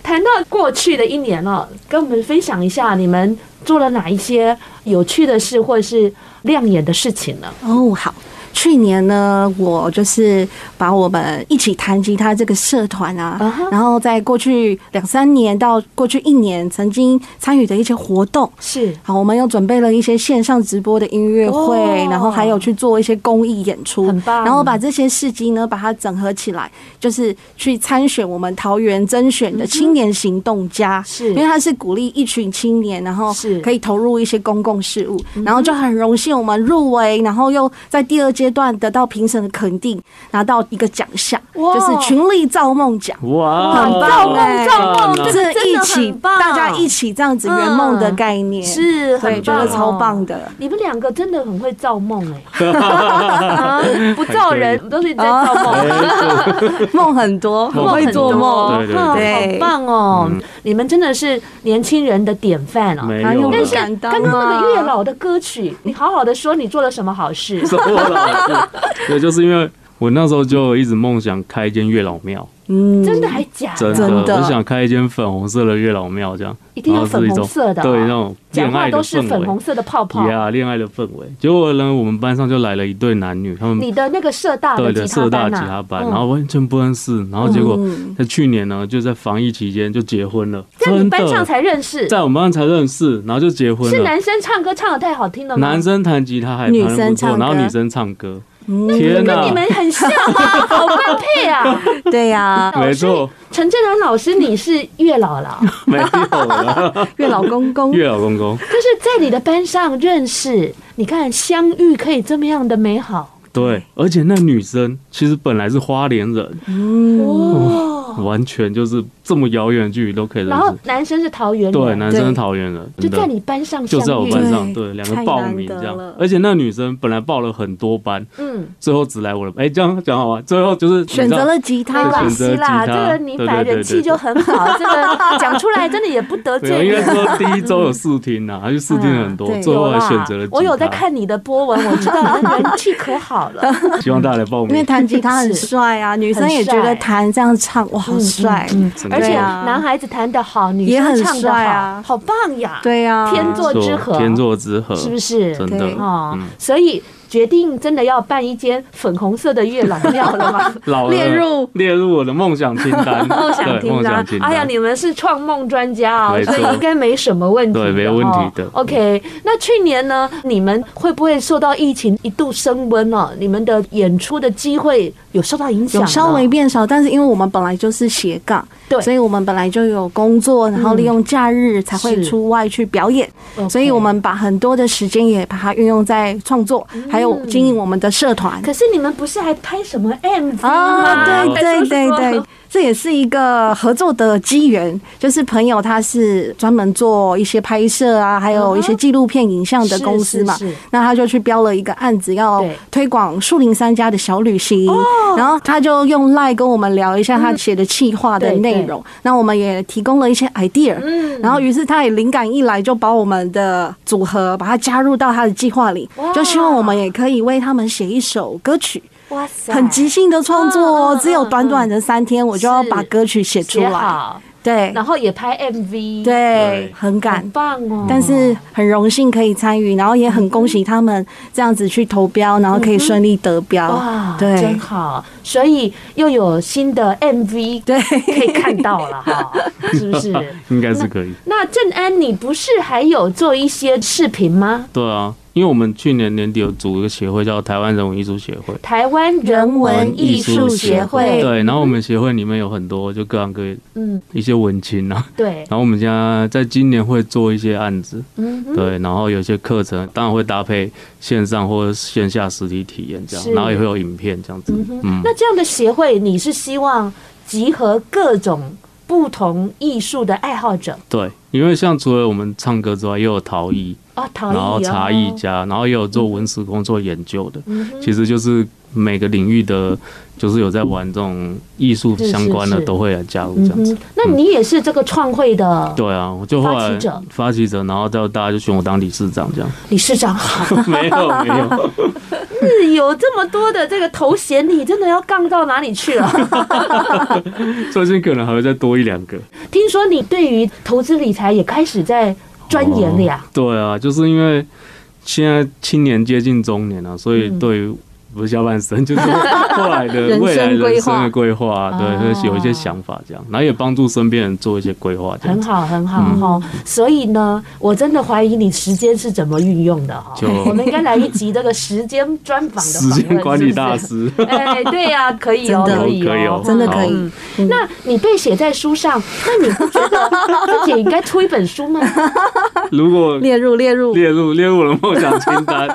Speaker 2: 谈到过去的一年了，跟我们分享一下你们做了哪一些有趣的事，或者是亮眼的事情呢？
Speaker 1: 哦，好。去年呢，我就是把我们一起弹吉他这个社团啊
Speaker 2: 啊哈
Speaker 1: 然后在过去两三年到过去一年曾经参与的一些活动，
Speaker 2: 是
Speaker 1: 好，我们又准备了一些线上直播的音乐会，
Speaker 2: 哦
Speaker 1: 然后还有去做一些公益演出，
Speaker 2: 很棒
Speaker 1: 然后把这些事迹呢，把它整合起来，就是去参选我们桃园甄选的青年行动家，
Speaker 2: 嗯是
Speaker 1: 因为他是鼓励一群青年，然后
Speaker 2: 是嗯
Speaker 1: 可以投入一些公共事务，然后就很荣幸我们入围，然后又在第二阶段得到评审的肯定，拿到一个奖项，
Speaker 2: 哇
Speaker 1: 就是群力造梦奖。
Speaker 3: 哇，
Speaker 1: 很棒
Speaker 2: 造
Speaker 1: 哎
Speaker 2: 梦，造梦，
Speaker 3: 棒
Speaker 2: 这
Speaker 1: 这
Speaker 2: 个真
Speaker 1: 一
Speaker 2: 的
Speaker 1: 起
Speaker 2: 很棒，
Speaker 1: 大家一起这样子圆梦的
Speaker 2: 嗯
Speaker 1: 概念，
Speaker 2: 是
Speaker 1: 对，
Speaker 2: 很
Speaker 1: 觉
Speaker 2: 棒，哦
Speaker 1: 得超棒。的。
Speaker 2: 你们两个真的很会造梦 哎、啊不造人都是你在造梦。
Speaker 1: 啊梦很多，很
Speaker 3: 梦
Speaker 1: 会
Speaker 2: 很
Speaker 1: 做
Speaker 2: 多
Speaker 1: 梦，
Speaker 3: 对对
Speaker 2: 哈
Speaker 1: 对
Speaker 2: 好棒哦！
Speaker 1: 嗯
Speaker 2: 你们真的是年轻人的典范哦。
Speaker 3: 没
Speaker 1: 哪
Speaker 3: 有
Speaker 1: 有
Speaker 3: 了，，
Speaker 1: 人
Speaker 2: 但是
Speaker 1: 敢当
Speaker 2: 刚刚那
Speaker 1: 啊
Speaker 2: 个月老的歌曲，你好好的说你做了什么好事
Speaker 3: 收 了，对，就是因为我那时候就一直梦想开一间月老庙，
Speaker 1: 嗯，
Speaker 2: 真的还假
Speaker 3: 真
Speaker 2: 的？
Speaker 1: 真的
Speaker 3: 的，我想开一间粉红色的月老庙，这样
Speaker 2: 一定要粉红色的哦
Speaker 3: 然后是一种对那种
Speaker 2: 讲
Speaker 3: 恋
Speaker 2: 话
Speaker 3: 爱的
Speaker 2: 都是粉
Speaker 3: 氛
Speaker 2: 红
Speaker 3: 围。
Speaker 2: 色的泡泡。
Speaker 3: 呀，恋爱的氛围。结果呢，我们班上就来了一对男女，他们
Speaker 2: 你的那个社大的
Speaker 3: 对
Speaker 2: 吉
Speaker 3: 的
Speaker 2: 他
Speaker 3: 社大
Speaker 2: 班
Speaker 3: 吉
Speaker 2: 呐、
Speaker 3: 他班，
Speaker 2: 嗯
Speaker 3: 然后完全不认识，然后结果
Speaker 1: 嗯
Speaker 3: 在去年呢，就在防疫期间就结婚了，
Speaker 2: 在你
Speaker 3: 真
Speaker 2: 班上
Speaker 3: 的，
Speaker 2: 才认识，
Speaker 3: 在我们班才认识，然后就结婚
Speaker 2: 是
Speaker 3: 了。
Speaker 2: 男生唱歌唱的太好听了吗？
Speaker 3: 男生弹吉他还
Speaker 1: 女
Speaker 3: 弹得
Speaker 1: 生
Speaker 3: 不
Speaker 1: 唱
Speaker 3: 错，然后
Speaker 1: 歌
Speaker 3: 女生唱歌，
Speaker 1: 嗯
Speaker 3: 天
Speaker 2: 跟
Speaker 3: 哪
Speaker 2: 你！们很像 啊，好般配啊！
Speaker 1: 对呀，
Speaker 3: 没错，
Speaker 2: 陈正南老师，你是月老 了，
Speaker 3: 没有了，
Speaker 1: 月老公公，
Speaker 3: 月老公公，
Speaker 2: 就是在你的班上认识，你看相遇可以这么样的美好
Speaker 3: 对，而且那女生其实本来是花莲人，嗯
Speaker 2: 哦。
Speaker 3: 完全就是这么遥远的距离都可以认
Speaker 2: 然后
Speaker 3: 识。
Speaker 2: 男生是桃园人，
Speaker 3: 对，男
Speaker 1: 对
Speaker 3: 生桃园人，
Speaker 2: 就
Speaker 3: 真
Speaker 2: 在
Speaker 3: 的
Speaker 2: 你班上
Speaker 3: 就在
Speaker 2: 相
Speaker 3: 我
Speaker 2: 遇，
Speaker 3: 班上，
Speaker 1: 对
Speaker 3: 对，两个
Speaker 1: 太
Speaker 3: 报
Speaker 1: 难
Speaker 3: 名
Speaker 1: 得
Speaker 3: 这样
Speaker 1: 了。
Speaker 3: 而且那女生本来报了很多班，
Speaker 2: 嗯，
Speaker 3: 最后只来我的班。哎，这样讲好吗？最后就是你
Speaker 1: 选
Speaker 3: 知道
Speaker 1: 择了吉
Speaker 2: 没
Speaker 1: 他
Speaker 3: 对，
Speaker 2: 关
Speaker 3: 选
Speaker 2: 系
Speaker 3: 择
Speaker 2: 啦，
Speaker 3: 吉
Speaker 2: 这
Speaker 3: 他
Speaker 2: 个你
Speaker 3: 对
Speaker 2: 摆
Speaker 3: 对对
Speaker 2: 人气
Speaker 3: 对
Speaker 2: 就很好，这个讲出来真的也不得
Speaker 3: 对，应
Speaker 2: 罪人。
Speaker 3: 该说第一周有试听呐，他就试听了很
Speaker 1: 嗯
Speaker 3: 多，
Speaker 1: 对
Speaker 3: 最后
Speaker 2: 有
Speaker 3: 还
Speaker 2: 啦
Speaker 3: 选择了吉，他。
Speaker 2: 我有在看你的波纹，我知道嗯你的人气可好 了。
Speaker 3: 希望大家来报
Speaker 1: 因为
Speaker 3: 名。
Speaker 1: 弹吉他很帅啊，女生也觉得弹这样唱
Speaker 2: 嗯
Speaker 1: 哇，好帅，
Speaker 3: 真的
Speaker 2: 而且
Speaker 1: 对啊
Speaker 2: 男孩子弹得好，女
Speaker 1: 也
Speaker 2: 生
Speaker 1: 很
Speaker 2: 唱得
Speaker 1: 帅
Speaker 2: 好
Speaker 1: 啊，
Speaker 2: 好棒呀！，
Speaker 1: 对呀，
Speaker 2: 天作之啊
Speaker 3: 没错
Speaker 2: 合
Speaker 3: 天作之合，
Speaker 2: 是不是？
Speaker 3: 真的
Speaker 1: 对
Speaker 2: 哦
Speaker 3: 嗯，
Speaker 2: 所以决定真的要办一间粉红色的月老庙了吗？
Speaker 3: 老了
Speaker 2: 列入
Speaker 3: 列入我的梦想清单，
Speaker 2: 梦想
Speaker 3: 对
Speaker 2: 听
Speaker 3: 梦
Speaker 2: 啦
Speaker 3: 想清！单。
Speaker 2: 哎呀，你们是创梦专家哦，
Speaker 3: 没错
Speaker 2: 所以应该没什么问题的哦。
Speaker 3: 对没问题的
Speaker 2: OK，那去年呢，你们会不会受到疫情一度升温哦？你们的演出的机会有受到影
Speaker 1: 有
Speaker 2: 响吗？
Speaker 1: 稍微变少，但是因为我们本来就是斜杠，
Speaker 2: 对嗯
Speaker 1: 所以我们本来就有工作，然后利用假日才会
Speaker 2: 是
Speaker 1: 出外去表演，
Speaker 2: OK
Speaker 1: 所以我们把很多的时间也把它运用在创作，
Speaker 2: 嗯
Speaker 1: 还有经营我们的社团。
Speaker 2: 可是你们不是还拍什么 MV 吗？
Speaker 1: 啊，对
Speaker 2: 嗯再说
Speaker 1: 对对
Speaker 2: 说
Speaker 1: 对，这也是一个合作的机缘，就是朋友他是专门做一些拍摄啊，还有一些纪录片影像的公司嘛
Speaker 2: 嗯是是是，
Speaker 1: 那他就去标了一个案子，要
Speaker 2: 对哦
Speaker 1: 推广树林三家的小旅行，然后他就用赖跟我们聊一下他写的企划的
Speaker 2: 嗯对
Speaker 1: 内
Speaker 2: 对
Speaker 1: 容，那我们也提供了一些 idea，
Speaker 2: 嗯
Speaker 1: 然后于是他也灵感一来，就把我们的组合把它加入到他的计划里
Speaker 2: 哇，
Speaker 1: 就希望我们也可以为他们写一首歌曲。
Speaker 2: 哇塞，
Speaker 1: 很即兴的创作
Speaker 2: 嗯
Speaker 1: 哦，
Speaker 2: 嗯嗯
Speaker 1: 只有短短的三天，我就要把歌曲写出
Speaker 2: 写
Speaker 1: 来。
Speaker 2: 好，
Speaker 1: 对
Speaker 2: 然后也拍 MV，，
Speaker 1: 对，很
Speaker 2: 很
Speaker 1: 赶，
Speaker 2: 棒哦。
Speaker 1: 但是很荣幸可以参与，然后也很恭喜他们这样子去投标，然后可以顺利得标
Speaker 2: 嗯哇。，
Speaker 1: 啊对
Speaker 2: 真，好，所以又有新的 MV
Speaker 1: 对
Speaker 2: 可以看到 了哈，是不是？
Speaker 3: 应该是可以。
Speaker 2: 那郑安，你不是还有做一些视频吗？
Speaker 3: 对啊，因为我们去年年底有组一个协会叫台湾人文艺术协会，
Speaker 2: 台湾人文艺术协会，
Speaker 3: 对，然后我们协会里面有很多就各行各业
Speaker 2: 嗯，
Speaker 3: 一些文青啊，
Speaker 2: 对，
Speaker 3: 然后我们现在在今年会做一些案子，
Speaker 2: 嗯哼，
Speaker 3: 对，然后有些课程当然会搭配线上或者线下实体体验这
Speaker 2: 是
Speaker 3: 样，然后也会有影片这样子，嗯，
Speaker 2: 那这样的协会，你是希望集合各种不同艺术的爱好者
Speaker 3: 对，因为像除了我们唱歌之外，也有陶艺，
Speaker 2: 啊，陶艺、
Speaker 3: 然后
Speaker 2: 哦、
Speaker 3: 茶艺家，然后也有做文史工作研究的，
Speaker 2: 嗯哼，
Speaker 3: 其实就是每个领域的，就是有在玩这种艺术相关
Speaker 2: 是
Speaker 3: 的
Speaker 2: 是是
Speaker 3: 都会来加入这
Speaker 2: 嗯
Speaker 3: 样子
Speaker 2: 哼。，那你也是这个创会的
Speaker 3: 对啊，我就后
Speaker 2: 发起
Speaker 3: 来
Speaker 2: 者
Speaker 3: 发起者，然后到大家就选我当理事长这样。
Speaker 2: 理事长好。
Speaker 3: 没有没 有，
Speaker 2: 是有这么多的这个头衔，你真的要杠到哪里去了？
Speaker 3: 最近可能还会再多一两个。
Speaker 2: 听说你对于投资理财也开始在钻研了呀？
Speaker 3: 哦对啊，就是因为现在青年接近中年了、啊所以
Speaker 2: 嗯
Speaker 3: 对于不是下半生， 就是后来的未来
Speaker 1: 人生规
Speaker 3: 人
Speaker 1: 划
Speaker 3: 生的规划，
Speaker 2: 啊
Speaker 3: 对，会有一些想法这样，然后也帮助身边人做一些规划这样
Speaker 2: 很
Speaker 3: 子。
Speaker 2: 好，很好
Speaker 3: 嗯
Speaker 2: 哈、所以呢，我真的怀疑你时间是怎么运用的哈。
Speaker 3: 就
Speaker 2: 我们应该来一集这个时间专访的访
Speaker 3: 时
Speaker 2: 问
Speaker 3: 间管理大。
Speaker 2: 是
Speaker 3: 师，
Speaker 2: 不是哎，对呀、可以哦，
Speaker 1: 真的
Speaker 2: 可以
Speaker 3: 可以
Speaker 2: 哦
Speaker 3: 哦，
Speaker 1: 真的可以
Speaker 2: 嗯那你被写在书上，那你不觉得自己应该出一本书 吗？
Speaker 3: 如果
Speaker 1: 列入列入。
Speaker 3: 列入列入我的梦想清单，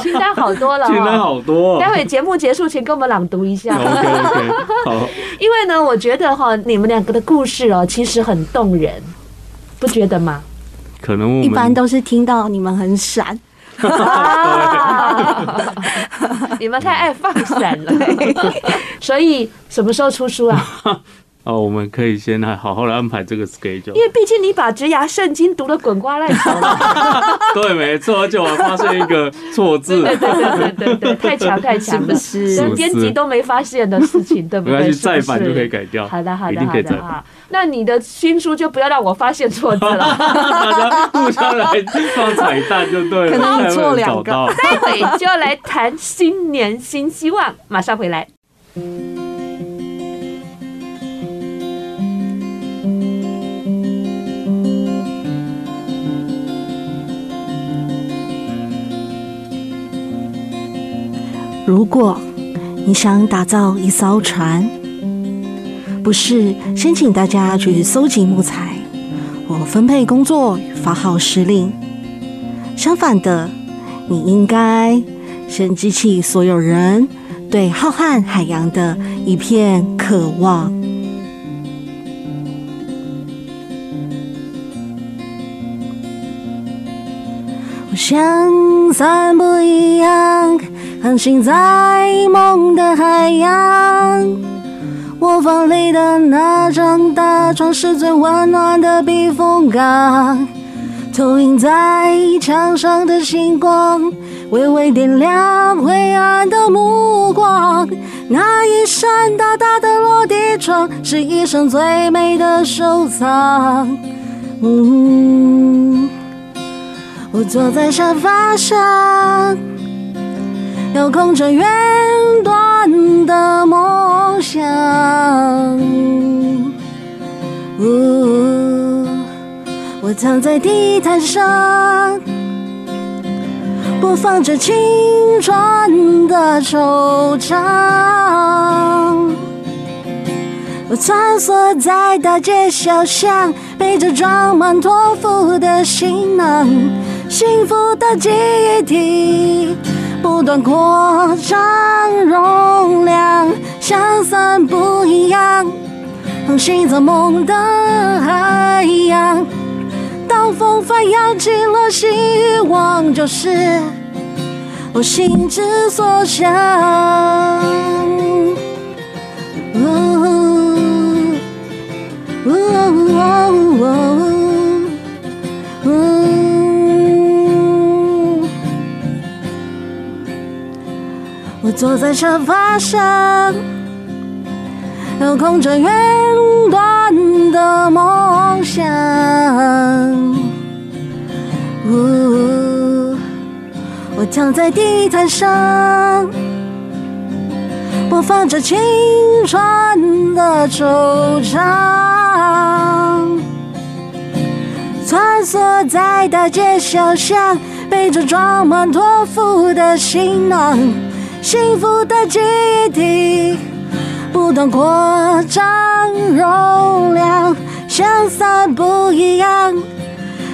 Speaker 2: 清单好多了、哦，
Speaker 3: 清单。好多、哦
Speaker 2: 待。会节目结束前，跟我们朗读一下。
Speaker 3: OK OK，好，
Speaker 2: 因为呢，我觉得哈，你们两个的故事哦，其实很动人，不觉得 吗？
Speaker 3: 可能我们
Speaker 1: 一般 都是听到你们很闪，
Speaker 2: 啊你们太爱放闪了，所以什么时候出书啊？
Speaker 3: 哦，我们可以先来好好的安排这个 schedule
Speaker 2: 因。为毕竟你把《植牙圣经》读得滚瓜烂熟啊 了，
Speaker 3: 对，没错，而且我还发现一个错字，
Speaker 2: 对对对对对对，太强太强了，
Speaker 1: 是
Speaker 2: 连
Speaker 3: 不
Speaker 2: 编
Speaker 3: 是
Speaker 2: 辑都没发现的事情，对不
Speaker 3: 没
Speaker 2: 对？
Speaker 3: 关系，
Speaker 2: 是不
Speaker 3: 再
Speaker 2: 是
Speaker 3: 版就可以改掉。
Speaker 2: 好的，好
Speaker 3: 一
Speaker 2: 的，
Speaker 3: 定
Speaker 2: 好
Speaker 3: 可以再
Speaker 2: 的
Speaker 3: 版。
Speaker 2: 啊！那你的新书就不要让我发现错字了。
Speaker 3: 大家互相来放彩蛋就对了，
Speaker 1: 可能
Speaker 3: 才会有人
Speaker 1: 错两
Speaker 3: 找
Speaker 1: 个
Speaker 3: 到。
Speaker 2: 待会就来谈新年新希望，马上回来。
Speaker 1: 如果你想打造一艘船，不是先请大家去搜集木材，或分配工作与发号施令。相反的，你应该先激起所有人对浩瀚海洋的一片渴望。我像散步一样，航行在梦的海洋。我房里的那张大床是最温暖的避风港，投影在墙上的星光，微微点亮灰暗的目光。那一扇大大的落地窗，是一生最美的收藏。嗯。我坐在沙发上，遥控着远端的梦想。呜我躺在地毯上，播放着青春的惆怅。我穿梭在大街小巷，背着装满托付的行囊，幸福的记忆体不断扩张容量，像散步一样，航行在梦的海洋。当风帆扬起了希望，就是我心之所向。嗯呜呜呜呜呜我坐在沙发上，遥控着远端的梦想。呜我躺在地毯上。播放着青春的惆怅，穿梭在大街小巷，背着装满托付的行囊，幸福的记忆体不断扩张容量，像散步一样，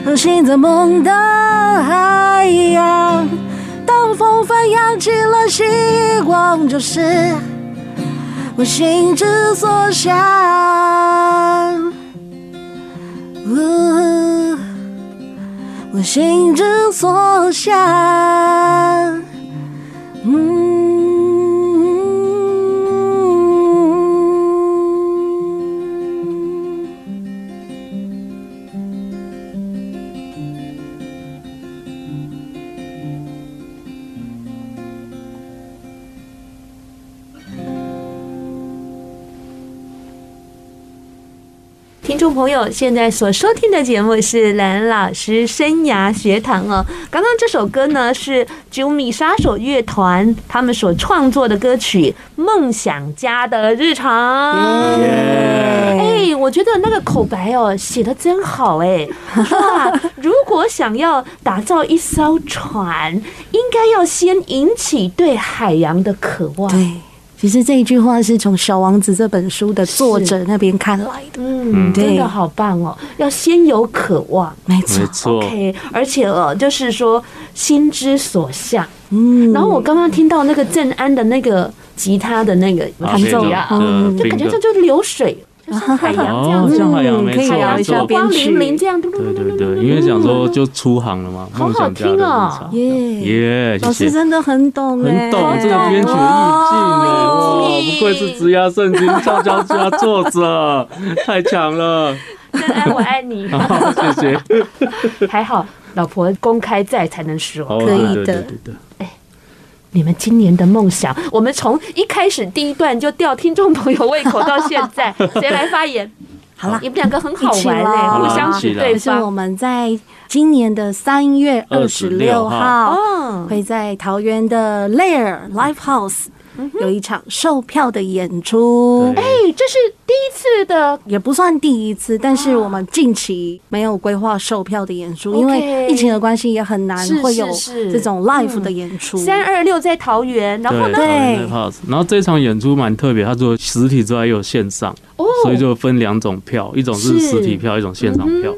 Speaker 1: 航行在梦的海洋。当风帆扬起了希望，就是我心之所向。呜我心之所向。嗯。
Speaker 2: 听众朋友，现在所收听的节目是蓝老师生涯学堂哦。刚刚这首歌呢是 Jumi 杀手乐团他们所创作的歌曲《梦想家的日常》。哎，我觉得那个口白哦写的真好哎。 哇，如果想要打造一艘船，应该要先引起对海洋的渴望。
Speaker 1: 对，其实这一句话是从《小王子》这本书的作者那边看来的，
Speaker 2: 嗯，真
Speaker 1: 对
Speaker 2: 的好棒哦！要先有渴望。
Speaker 1: 没错
Speaker 3: 没。错，
Speaker 2: OK，而且哦，就是说心之所向。
Speaker 1: 嗯，
Speaker 2: 然后我刚刚听到那个郑安的那个吉他的那个
Speaker 3: 啊
Speaker 2: 弹奏
Speaker 3: 这，
Speaker 2: 啊，
Speaker 3: 种
Speaker 2: 就感觉
Speaker 3: 这
Speaker 2: 这就是流水，就像海洋这样
Speaker 3: 哦
Speaker 2: 子，
Speaker 3: 像海洋
Speaker 1: 嗯
Speaker 3: 没
Speaker 1: 可以啊
Speaker 3: 错
Speaker 1: 聊
Speaker 2: 海
Speaker 1: 一下
Speaker 2: 洋波
Speaker 3: 没错
Speaker 1: 编
Speaker 2: 光粼粼
Speaker 1: 曲，
Speaker 2: 这样，嘟嘟嘟
Speaker 3: 对
Speaker 2: 嘟
Speaker 3: 对
Speaker 2: 嘟
Speaker 3: 对，因为想说就出行了嘛，
Speaker 2: 好
Speaker 3: 梦
Speaker 2: 好
Speaker 3: 想家
Speaker 2: 听
Speaker 3: 的
Speaker 2: 哦
Speaker 3: 日常，
Speaker 1: 耶，
Speaker 3: 耶，谢
Speaker 1: 老
Speaker 3: 谢
Speaker 1: 师。真的很懂哎，
Speaker 3: 很欸懂这个编曲的意境呢，
Speaker 2: 哦
Speaker 3: 哇，不愧是职涯圣经畅销家作者， 太强了，
Speaker 2: 郑安我爱你，
Speaker 3: 好，谢 谢。
Speaker 2: 还好老婆公开在才能
Speaker 3: 好
Speaker 2: 说。
Speaker 1: 可以
Speaker 3: 哦对对
Speaker 1: 的
Speaker 3: 对对
Speaker 2: 你们今年的梦想，我们从一开始第一段就吊听众朋友胃口到现 在，谁来发言？
Speaker 1: 好啦
Speaker 2: 你们两个很好
Speaker 1: 一起
Speaker 2: 玩嘞，
Speaker 1: 啦
Speaker 2: 互相指对
Speaker 1: 就是我
Speaker 2: 方。
Speaker 1: 们在今年的三月二十六号，
Speaker 2: 哦，
Speaker 1: 会在桃园的 Lair Live House 有一场售票的演出。
Speaker 3: 对，
Speaker 2: 哎，这是第一次的
Speaker 1: 也不算第一次，但是我们近期没有规划售票的演出，
Speaker 2: OK
Speaker 1: 因为疫情的关系也很难
Speaker 2: 是
Speaker 1: 会有
Speaker 2: 是是嗯
Speaker 1: 这种 live 的演出。
Speaker 2: 三二六在桃园，然后
Speaker 3: 对，
Speaker 2: 呢？
Speaker 1: 对
Speaker 3: Live House。然后这场演出蛮特别，它除了实体之外，也有线上，
Speaker 2: 哦，
Speaker 3: 所以就分两种票，一种是
Speaker 2: 是嗯
Speaker 3: 实体票，一种线上票。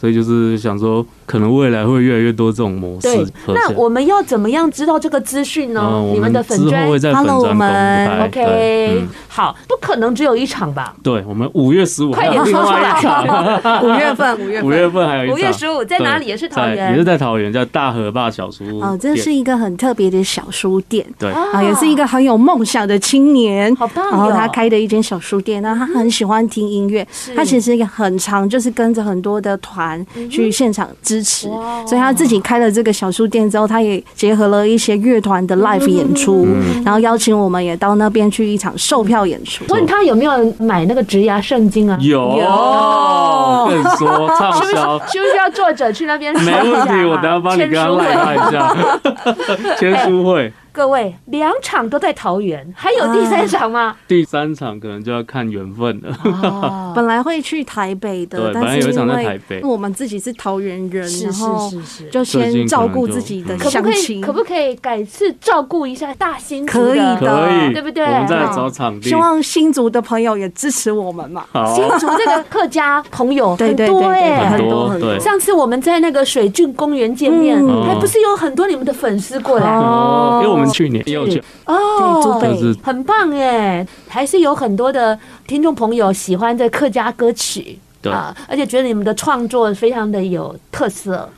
Speaker 3: 所以就是想说，可能未来会越来越多这种模式
Speaker 2: 对。
Speaker 3: 合
Speaker 2: 那
Speaker 3: 起来
Speaker 2: 我们要怎么样知道这个资讯呢？
Speaker 3: 嗯，我
Speaker 2: 你们的
Speaker 3: 们
Speaker 2: 粉
Speaker 3: 之
Speaker 2: 砖
Speaker 3: 后会在粉
Speaker 1: Hello，我
Speaker 3: 砖公
Speaker 1: 们
Speaker 3: 开。对，
Speaker 2: ，OK，
Speaker 3: 嗯
Speaker 2: 好，不可能只有一场吧？
Speaker 3: 对，我们五月十五
Speaker 2: 快
Speaker 3: 还
Speaker 2: 点
Speaker 3: 有
Speaker 2: 说
Speaker 3: 另
Speaker 2: 出
Speaker 3: 外一场，
Speaker 2: 来！
Speaker 1: 五月份，啊五月
Speaker 3: 五月份还有一
Speaker 2: 五
Speaker 3: 场，
Speaker 2: 月十五在哪里？
Speaker 3: 对
Speaker 2: 也是桃
Speaker 3: 在也是
Speaker 2: 园。
Speaker 3: 在桃园，叫大河坝小书屋。
Speaker 1: 哦，这是一个很特别的小书店
Speaker 3: 对，
Speaker 1: 啊，也是一个很有梦想的青年。
Speaker 2: 好棒哟
Speaker 1: 然后他开的一间小书店，那他很喜欢听音乐，
Speaker 2: 嗯
Speaker 1: 他其实也很常就是跟着很多的团去现场支持，
Speaker 2: 哇
Speaker 1: 所以他自己开了这个小书店之后，他也结合了一些乐团
Speaker 2: 嗯
Speaker 1: 的 live 演出，
Speaker 3: 嗯
Speaker 1: 然后邀请我们也到那边去一场售票演出。
Speaker 2: 问他有没有买那个植牙圣经啊？
Speaker 3: 有，
Speaker 2: 有
Speaker 3: 跟你说畅 销，
Speaker 2: 需不需要 作者去那边？啊
Speaker 3: 没问题，我等下帮你跟他赖他一。下，签书会。
Speaker 2: 各位，两场都在桃园，还有第三场吗？
Speaker 3: 第三场可能就要看缘分了。
Speaker 2: 嗯
Speaker 1: 哦本来会去台北的，
Speaker 3: 对本来
Speaker 1: 但
Speaker 3: 有
Speaker 1: 是
Speaker 3: 一场
Speaker 1: 因
Speaker 3: 在
Speaker 1: 为
Speaker 3: 台北
Speaker 1: 我们自己是桃园人，
Speaker 2: 是
Speaker 1: 然
Speaker 2: 是
Speaker 1: 后
Speaker 2: 是是，
Speaker 1: 就
Speaker 3: 最近
Speaker 1: 先
Speaker 3: 可
Speaker 1: 照
Speaker 3: 能
Speaker 1: 顾
Speaker 3: 就
Speaker 1: 自己的
Speaker 3: 嗯
Speaker 2: 可
Speaker 1: 乡
Speaker 2: 不可以
Speaker 1: 亲，
Speaker 2: 可不可以改次照顾一下大新竹
Speaker 1: 可以
Speaker 2: 的
Speaker 1: 的
Speaker 3: 可以，
Speaker 2: 对不对
Speaker 3: 我们再来找场地
Speaker 1: 希。望新竹的朋友也支持我们嘛。
Speaker 3: 好，
Speaker 2: 新竹这个客家朋友
Speaker 1: 对
Speaker 2: 很
Speaker 1: 对
Speaker 2: 多
Speaker 1: 对对，
Speaker 2: 哎、
Speaker 3: 很多
Speaker 1: 很
Speaker 3: 对
Speaker 1: 多。
Speaker 2: 上次我们在那个水郡公园见面，
Speaker 1: 嗯
Speaker 2: 还不是有很多你们的粉丝过来
Speaker 3: 哦，因为我们去年也有去，
Speaker 2: 哦，
Speaker 1: 对祖辈
Speaker 3: 就是
Speaker 2: 很棒哎，还是有很多的听众朋友喜欢这客家歌曲。
Speaker 3: 对
Speaker 2: 啊，而且觉得你们的创作非常的有特色，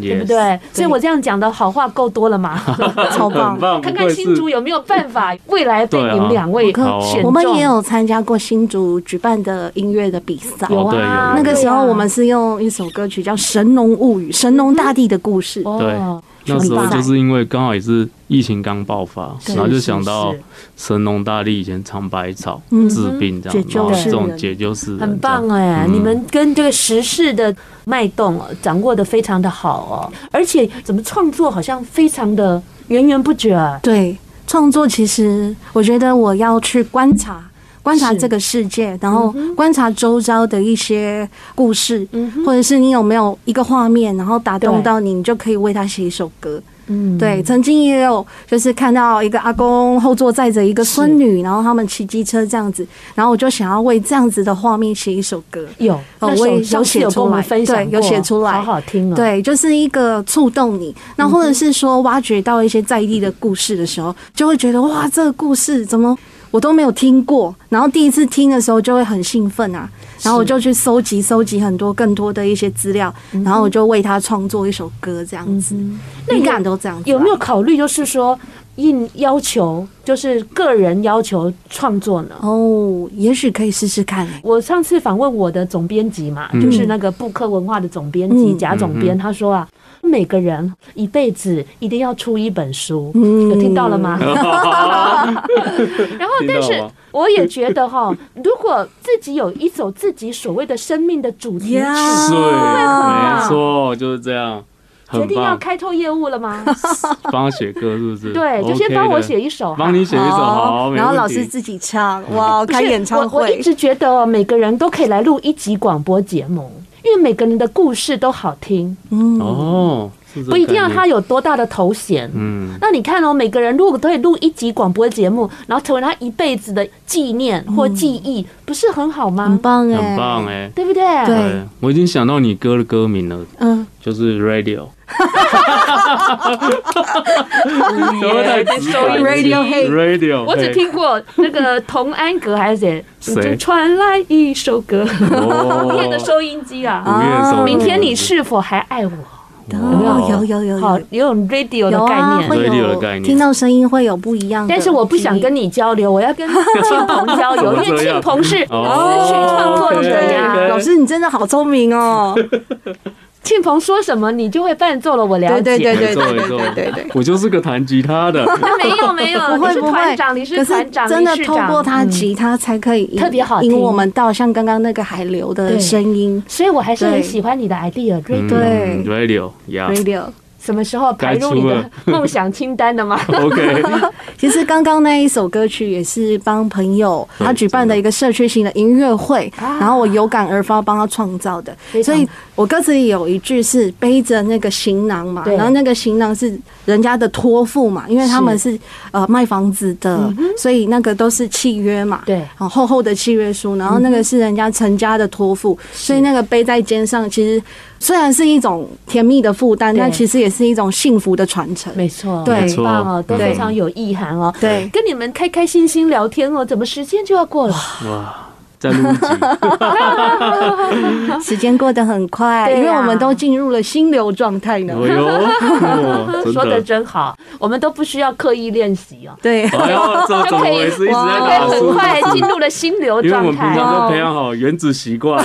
Speaker 2: 对不
Speaker 3: Yes，
Speaker 2: 对？所以我这样讲的好话够多了 嘛？
Speaker 1: 超
Speaker 3: 很
Speaker 1: 棒！
Speaker 3: 棒，
Speaker 2: 看
Speaker 3: 不
Speaker 2: 看
Speaker 3: 愧
Speaker 2: 新
Speaker 3: 是
Speaker 2: 竹有没有办法未来被
Speaker 3: 对啊
Speaker 2: 你们两位
Speaker 1: 我看
Speaker 2: 选中。
Speaker 1: 我们也有参加过新竹举办的音乐的比赛，
Speaker 3: 哦
Speaker 2: 有
Speaker 3: 对有
Speaker 2: 啊，
Speaker 3: 有
Speaker 1: 那个时候
Speaker 2: 对啊
Speaker 1: 我们是用一首歌曲叫《神农物语》，神农大地的故事。
Speaker 3: 对
Speaker 2: 哦
Speaker 3: 那时候
Speaker 1: 很棒
Speaker 3: 就是因为刚好也是疫情刚爆发，
Speaker 2: 对
Speaker 3: 然后
Speaker 2: 是
Speaker 3: 就想到
Speaker 2: 是
Speaker 3: 神农大帝以前尝百草
Speaker 1: 嗯
Speaker 3: 治病这
Speaker 1: 解
Speaker 3: 样，
Speaker 1: 救
Speaker 3: 然后
Speaker 1: 世
Speaker 3: 这种
Speaker 1: 人
Speaker 3: 解救世人，
Speaker 2: 很棒
Speaker 3: 啊！
Speaker 2: 哎、
Speaker 3: 嗯
Speaker 2: 你们跟这个时事的脉动哦掌握的非常的好哦，而且怎么创作好像非常的源源不绝、啊
Speaker 1: 对，创作其实我觉得我要去观察。观察
Speaker 2: 是
Speaker 1: 这个世界，然后观察周遭的一些故事，
Speaker 2: 嗯哼
Speaker 1: 或者是你有没有一个画面，然后打
Speaker 2: 对
Speaker 1: 动到你，你就可以为他写一首歌。
Speaker 2: 嗯，
Speaker 1: 对，曾经也有就是看到一个阿公后座载着一个孙女，然后他们骑机车这样子，然后我就想要为这样子的画面写一首歌。
Speaker 2: 有，
Speaker 1: 哦
Speaker 2: 那
Speaker 1: 我也有
Speaker 2: 首上次
Speaker 1: 写
Speaker 2: 有跟我
Speaker 1: 出
Speaker 2: 们
Speaker 1: 来
Speaker 2: 分享
Speaker 1: 对
Speaker 2: 过，
Speaker 1: 有写出来
Speaker 2: 好好听哦。，
Speaker 1: 对，就是一个触动你，那或者是说挖掘到一些在地的故事的时候，就会觉得哇，这个故事怎么我都没有听过，然后第一次听的时候就会很兴奋啊，然后我就去搜集搜集很多更多的一些资料，然后我就为他创作一首歌这样
Speaker 2: 嗯
Speaker 1: 子，
Speaker 2: 那
Speaker 1: 灵
Speaker 2: 有
Speaker 1: 感都这样子啊、
Speaker 2: 有没有考虑就是说应要求，就是个人要求创作呢？
Speaker 1: 哦，也许可以试试看、欸。
Speaker 2: 我上次访问我的总编辑嘛，
Speaker 3: 嗯
Speaker 2: 就是那个布克文化的总编辑
Speaker 1: 嗯
Speaker 2: 贾总
Speaker 3: 嗯
Speaker 2: 编，他说啊，每个人一辈子一定要出一本书，
Speaker 1: 嗯
Speaker 2: 有听到了吗？ 然后，
Speaker 3: 听到
Speaker 2: 但是
Speaker 3: 吗
Speaker 2: 我也觉得哈， 如果自己有一首自己所谓的生命的主题曲
Speaker 1: Yeah
Speaker 3: 对，
Speaker 2: 棒
Speaker 3: 没错，就是这样，
Speaker 2: 啊决
Speaker 3: 很
Speaker 2: 定要
Speaker 3: 棒。
Speaker 2: 开拓业务了 吗？
Speaker 3: 帮他写歌是不 是？
Speaker 2: 对，就
Speaker 3: OK
Speaker 2: 先帮我
Speaker 3: 的
Speaker 2: 写一首哈，
Speaker 3: 帮你写一首，好，
Speaker 1: 哦
Speaker 3: 没
Speaker 1: 然后
Speaker 3: 问
Speaker 1: 老
Speaker 3: 题
Speaker 1: 师自己唱，哇，
Speaker 2: 不是
Speaker 1: 开演唱
Speaker 2: 我我一
Speaker 1: 会，
Speaker 2: 直觉得哦每个人都可以来录一集广播节目，因为每个人的故事都好听，
Speaker 1: 嗯，
Speaker 3: 哦，是这
Speaker 2: 不一定要
Speaker 3: 概念
Speaker 2: 他，有多大的头衔。
Speaker 3: 嗯，
Speaker 2: 那你看哦，每个人如果可以录一集广播节目，然后成为他一辈子的纪念或记忆，不是很好吗？
Speaker 1: 很棒哎、
Speaker 3: 嗯很棒哎，
Speaker 2: 对不对？
Speaker 1: 对
Speaker 3: 对，我已经想到你歌的歌名了，
Speaker 1: 嗯，
Speaker 3: 就是 Radio。怎么太直白
Speaker 1: Radiohead
Speaker 3: Radio，
Speaker 2: 我只听过那个童安格还是谁，
Speaker 3: 谁
Speaker 2: 就传来一首歌，午夜
Speaker 3: 夜
Speaker 2: 的收音机啊，
Speaker 1: 啊
Speaker 3: 音，
Speaker 2: 明天你是否还爱我？
Speaker 1: 哦有有有
Speaker 2: 好
Speaker 1: 有，，
Speaker 2: 有种 radio 的
Speaker 1: 有
Speaker 2: 概
Speaker 1: 啊，
Speaker 2: 念。
Speaker 1: 会
Speaker 3: Radio 的
Speaker 1: 有
Speaker 3: 概念
Speaker 1: 听到声音会有不一样的记忆。
Speaker 2: 但是我不想跟你交流，我要跟庆鹏交
Speaker 3: 怎
Speaker 2: 流，
Speaker 3: 么
Speaker 2: 因为
Speaker 3: 这
Speaker 2: 庆
Speaker 3: 样
Speaker 2: 鹏是词曲
Speaker 3: 哦
Speaker 2: 创作者
Speaker 3: 对
Speaker 2: 呀。
Speaker 3: 对
Speaker 1: 老师，你真的好聪明哦！
Speaker 2: 庆鹏说什么你就会伴奏了，我了解。
Speaker 1: 对对对对
Speaker 3: 没错没
Speaker 1: 对
Speaker 3: 错
Speaker 1: 对对对。
Speaker 3: 我就是个弹吉他的，
Speaker 2: 那没有没有，
Speaker 1: 不
Speaker 2: 哦你
Speaker 1: 会
Speaker 2: 是
Speaker 1: 不
Speaker 2: 团
Speaker 1: 会，
Speaker 2: 长，你
Speaker 1: 可
Speaker 2: 是
Speaker 1: 是
Speaker 2: 团长，
Speaker 1: 真的
Speaker 2: 你是
Speaker 1: 透
Speaker 2: 长
Speaker 1: 过他
Speaker 2: 嗯
Speaker 1: 吉他才可以引
Speaker 2: 特别好听
Speaker 1: 引我们到像刚刚那个海流
Speaker 2: 对
Speaker 1: 的声音
Speaker 2: 所以我还是很
Speaker 1: 对
Speaker 2: 喜欢你的 idea。
Speaker 3: 嗯
Speaker 2: Rick，
Speaker 1: 对
Speaker 3: ，Radio 呀
Speaker 1: radio。
Speaker 2: 什么时候排入你的
Speaker 3: 该
Speaker 2: 梦想清单的吗？
Speaker 3: ，OK，
Speaker 1: 其实刚刚那一首歌曲也是帮朋友
Speaker 3: 对
Speaker 1: 他举办的一个社区型的音乐会，
Speaker 2: 啊
Speaker 1: 然后我有感而发帮他创造的
Speaker 2: 非，常
Speaker 1: 所以我歌词里有一句是背着那个行囊嘛，
Speaker 2: 对
Speaker 1: 然后那个行囊是人家的托付嘛，因为他们是呃卖房子的，所以那个都是契约嘛，
Speaker 2: 嗯对
Speaker 1: 然后厚厚的契约书，然后那个是人家成家的托
Speaker 2: 嗯
Speaker 1: 付，所以那个背在肩上，其实虽然是一种甜蜜的负担，
Speaker 2: 对
Speaker 1: 但其实也是一种幸福的传承。
Speaker 2: 没错，
Speaker 1: 对
Speaker 2: 很棒哦，都
Speaker 3: 没错
Speaker 2: 非常有意涵哦。
Speaker 1: 对
Speaker 2: 跟你们开开心心聊天哦，怎么时间就要过了？
Speaker 3: 哇，在录一集，
Speaker 1: 时间过得很快，
Speaker 2: 对啊
Speaker 1: 因为我们都进入了心流状态呢。
Speaker 3: 哎呦， 哦真
Speaker 2: 说的
Speaker 3: 的，
Speaker 2: 真好，我们都不需要刻意练习哦，
Speaker 1: 对，
Speaker 3: 哎呦，这怎么回事？一直在
Speaker 2: 就
Speaker 1: 哇
Speaker 2: 可以
Speaker 3: 打输
Speaker 2: 很快进入了心流
Speaker 3: 啊因为我
Speaker 2: 状
Speaker 3: 们平
Speaker 2: 态。哦
Speaker 3: 常都培养好原子习惯，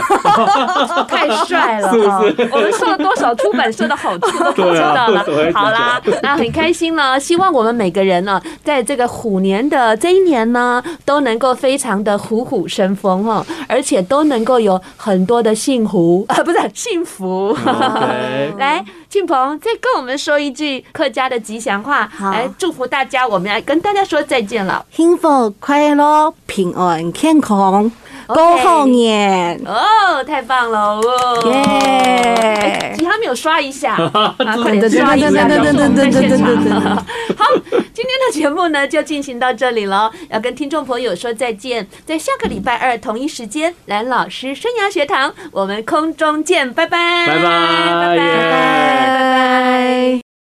Speaker 2: 太帅 了哈！我们受了多少出版社的好处 都不知道 了。
Speaker 3: 对啊
Speaker 2: 好啦，那很开心呢。希望我们每个人呢、在这个虎年的这一年呢，都能够非常的虎虎生风哈，而且都能够有很多的幸福 啊，不是幸福。
Speaker 3: 嗯 OK，
Speaker 2: 来，庆鹏，再跟我们说一句客家的吉祥话，
Speaker 1: 好
Speaker 2: 来祝福大家。我们来跟大家说再见了。
Speaker 1: 幸福、快乐、平安、健康，恭贺年！
Speaker 2: 哦，太棒了！哦
Speaker 1: 耶
Speaker 2: 哎吉他没有刷一 下，啊快点刷一下，
Speaker 3: 真的
Speaker 2: 告诉我们在
Speaker 1: 真的真的真
Speaker 2: 现
Speaker 1: 的真的真
Speaker 2: 场
Speaker 1: 的。
Speaker 2: 好，今天的节目呢就进行到这里了，要跟听众朋友说再见，在下个礼拜二同一时间，蓝老师生涯学堂，我们空中见，拜拜，
Speaker 3: 拜拜
Speaker 2: 拜拜，
Speaker 3: 耶
Speaker 2: 拜拜。